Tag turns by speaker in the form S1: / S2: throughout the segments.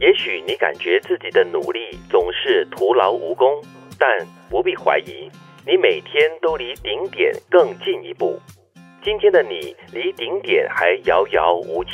S1: 也许你感觉自己的努力总是徒劳无功，但不必怀疑，你每天都离顶点更进一步。今天的你离顶点还遥遥无期，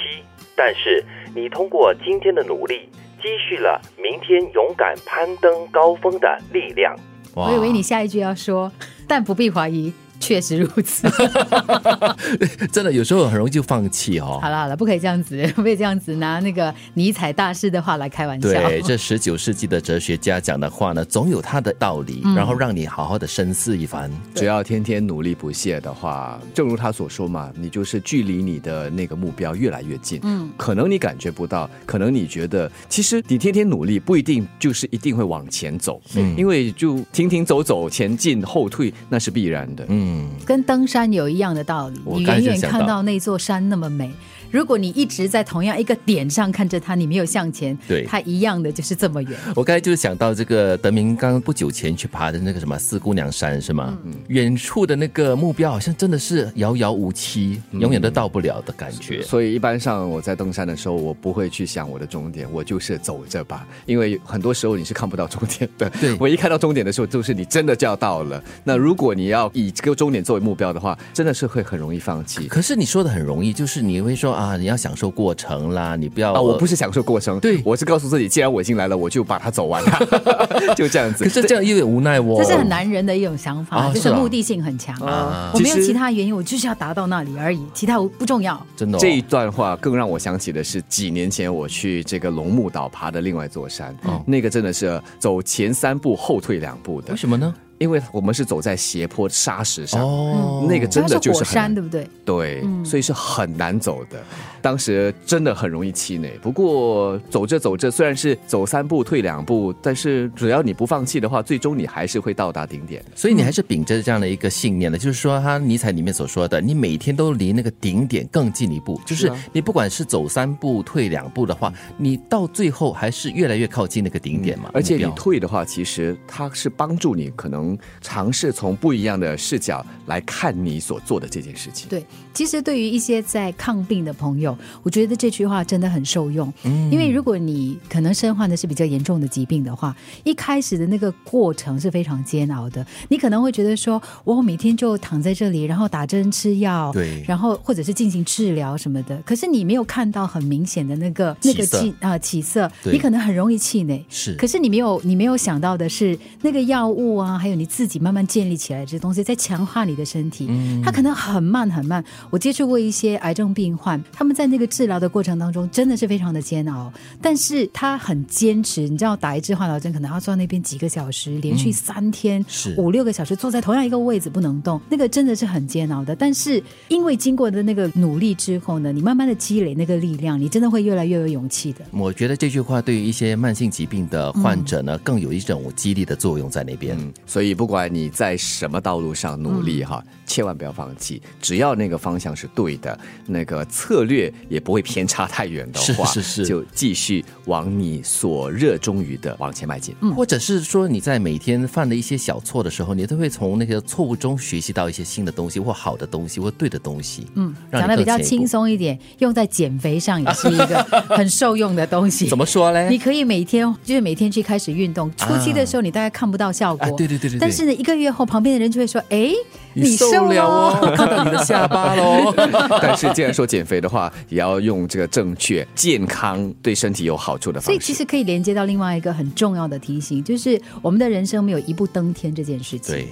S1: 但是你通过今天的努力，积蓄了明天勇敢攀登高峰的力量。
S2: 我以为
S3: 啊
S2: 你 下一句要说，但不必怀疑，确实如此。
S4: 真的有时候很容易就放弃哦。
S2: 好了好了，不可以这样子， 不可以这样子拿那个尼采大师的话来开玩笑。
S4: 对，这十九世纪的哲学家讲的话呢，总有他的道理，
S2: 嗯
S4: 然后让你好好的深思一番。
S3: 只要天天努力不懈的话，正如他所说嘛，你就是距离你的那个目标越来越近。嗯，可能你感觉不到，可能你觉得其实你天天努力不一定就是一定会往前走，嗯，因为就停停走走，前进后退那是必然的。
S4: 嗯，
S2: 跟登山有一样的道理，
S4: 我
S2: 你
S4: 刚才
S2: 远
S4: 就
S2: 远
S4: 想
S2: 看
S4: 到
S2: 到那座山那么美，如果你一直在同样一个点上看着它，你没有向前，
S4: 对
S2: 它一样的就是这么远。
S4: 我刚才就是想到这个德明刚不久前去爬的那个什么四姑娘山是吗？
S3: 嗯
S4: 远处的那个目标好像真的是遥遥无期，
S3: 嗯
S4: 永远都到不了的感觉。
S3: 所以一般上我在登山的时候，我不会去想我的终点，我就是走着吧，因为很多时候你是看不到终点的。
S4: 对
S3: 我一看到终点的时候，就是你真的就要到了。那如果你要以这个终点作为目标的话，真的是会很容易放弃。
S4: 可是你说的很容易，就是你会说啊，你要享受过程啦，你不要
S3: 啊，我不
S4: 是。
S3: 是享受过程，
S4: 对
S3: 我是告诉自己，既然我已经来了，我就把它走完了， 就这样子。
S4: 可是这样有点无奈哦。
S2: 这是很男人的一种想法，
S4: 啊
S2: 就是是
S4: 啊
S2: 目的性很强。
S3: 啊
S2: 我没有
S3: 其实
S2: 其他原因，我就是要达到那里而已，其他我不重要。
S4: 真的、哦。
S3: 这一段话更让我想起的是几年前我去这个龙目岛爬的另外一座山，
S4: 哦
S3: 那个真的是走前三步后退两步的
S4: 为，什么呢？
S3: 因为我们是走在斜坡沙石上，
S4: 哦，
S3: 那个真的
S2: 嗯它
S3: 就是
S2: 火
S3: 很难
S2: 山，对不对？
S3: 对，嗯所以是很难走的。当时真的很容易气馁，不过走着走着，虽然是走三步退两步，但是只要你不放弃的话，最终你还是会到达顶点。
S4: 所以你还是秉着这样的一个信念的，就是说他尼采里面所说的，你每天都离那个顶点更进一步，就是是
S3: 啊
S4: 你不管是走三步退两步的话，你到最后还是越来越靠近那个顶点嘛。
S3: 嗯而且
S4: 目
S3: 你
S4: 标
S3: 退的话，其实它是帮助你可能尝试从不一样的视角来看你所做的这件事情。
S2: 对，其实对于一些在抗病的朋友，我觉得这句话真的很受用。
S3: 嗯
S2: 因为如果你可能身患的是比较严重的疾病的话，一开始的那个过程是非常煎熬的。你可能会觉得说，我每天就躺在这里，然后打针吃药，
S4: 对
S2: 然后或者是进行治疗什么的。可是你没有看到很明显的那个那个
S4: 起色
S2: 起啊、起色，
S4: 对
S2: 你可能很容易气馁。
S4: 是
S2: 可是你没有，你没有想到的是，那个药物啊，还有你自己慢慢建立起来的这东西，在强化你的身体。它可能很慢很慢。我接触过一些癌症病患，他们在那个治疗的过程当中，真的是非常的煎熬，但是他很坚持。你知道，打一支化疗针可能要坐在那边几个小时，连续三天、
S4: 是
S2: 五六个小时坐在同样一个位置不能动，那个真的是很煎熬的。但是因为经过的那个努力之后呢，你慢慢的积累那个力量，你真的会越来越有勇气的。
S4: 我觉得这句话对于一些慢性疾病的患者呢，更有一种激励的作用在那边。
S3: 嗯，所以不管你在什么道路上努力哈，千万不要放弃。只要那个方向是对的，那个策略也不会偏差太远的话，
S4: 是是是
S3: 就继续往你所热衷于的往前迈进。
S4: 嗯或者是说你在每天犯了一些小错的时候，你都会从那个错误中学习到一些新的东西，或好的东西，或对的东西。嗯，
S2: 讲的比较轻。松一点，用在减肥上也是一 个很受用的东西。
S4: 怎么说嘞
S2: 你？可以每天就是每天去开始运动，初期的时候你大概看不到效果，
S4: 啊对对对对对
S2: 但是呢，一个月后旁边的人就会说：“哎，你
S4: 瘦
S2: 了
S4: 了哦，我看到你的下巴喽。
S3: 但是既然说减肥的话，也要用这个正确、健康、对身体有好处的方 式。
S2: 所以其实可以连接到另外一个很重要的提醒，就是我们的人生没有一步登天这件事情。
S4: 对，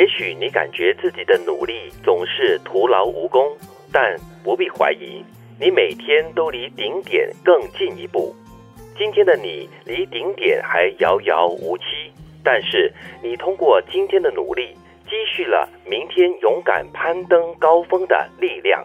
S1: 也许你感觉自己的努力总是徒劳无功，但不必怀疑，你每天都离顶点更进一步。今天的你离顶点还遥遥无期，但是你通过今天的努力，积蓄了明天勇敢攀登高峰的力量。